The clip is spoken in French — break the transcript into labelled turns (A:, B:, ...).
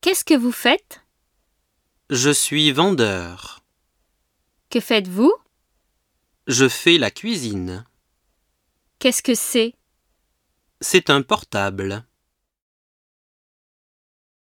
A: Qu'est-ce que vous faites
B: Je suis vendeur.
A: Que faites-vous
B: Je fais la cuisine.
A: Qu'est-ce que c'est
B: C'est un portable.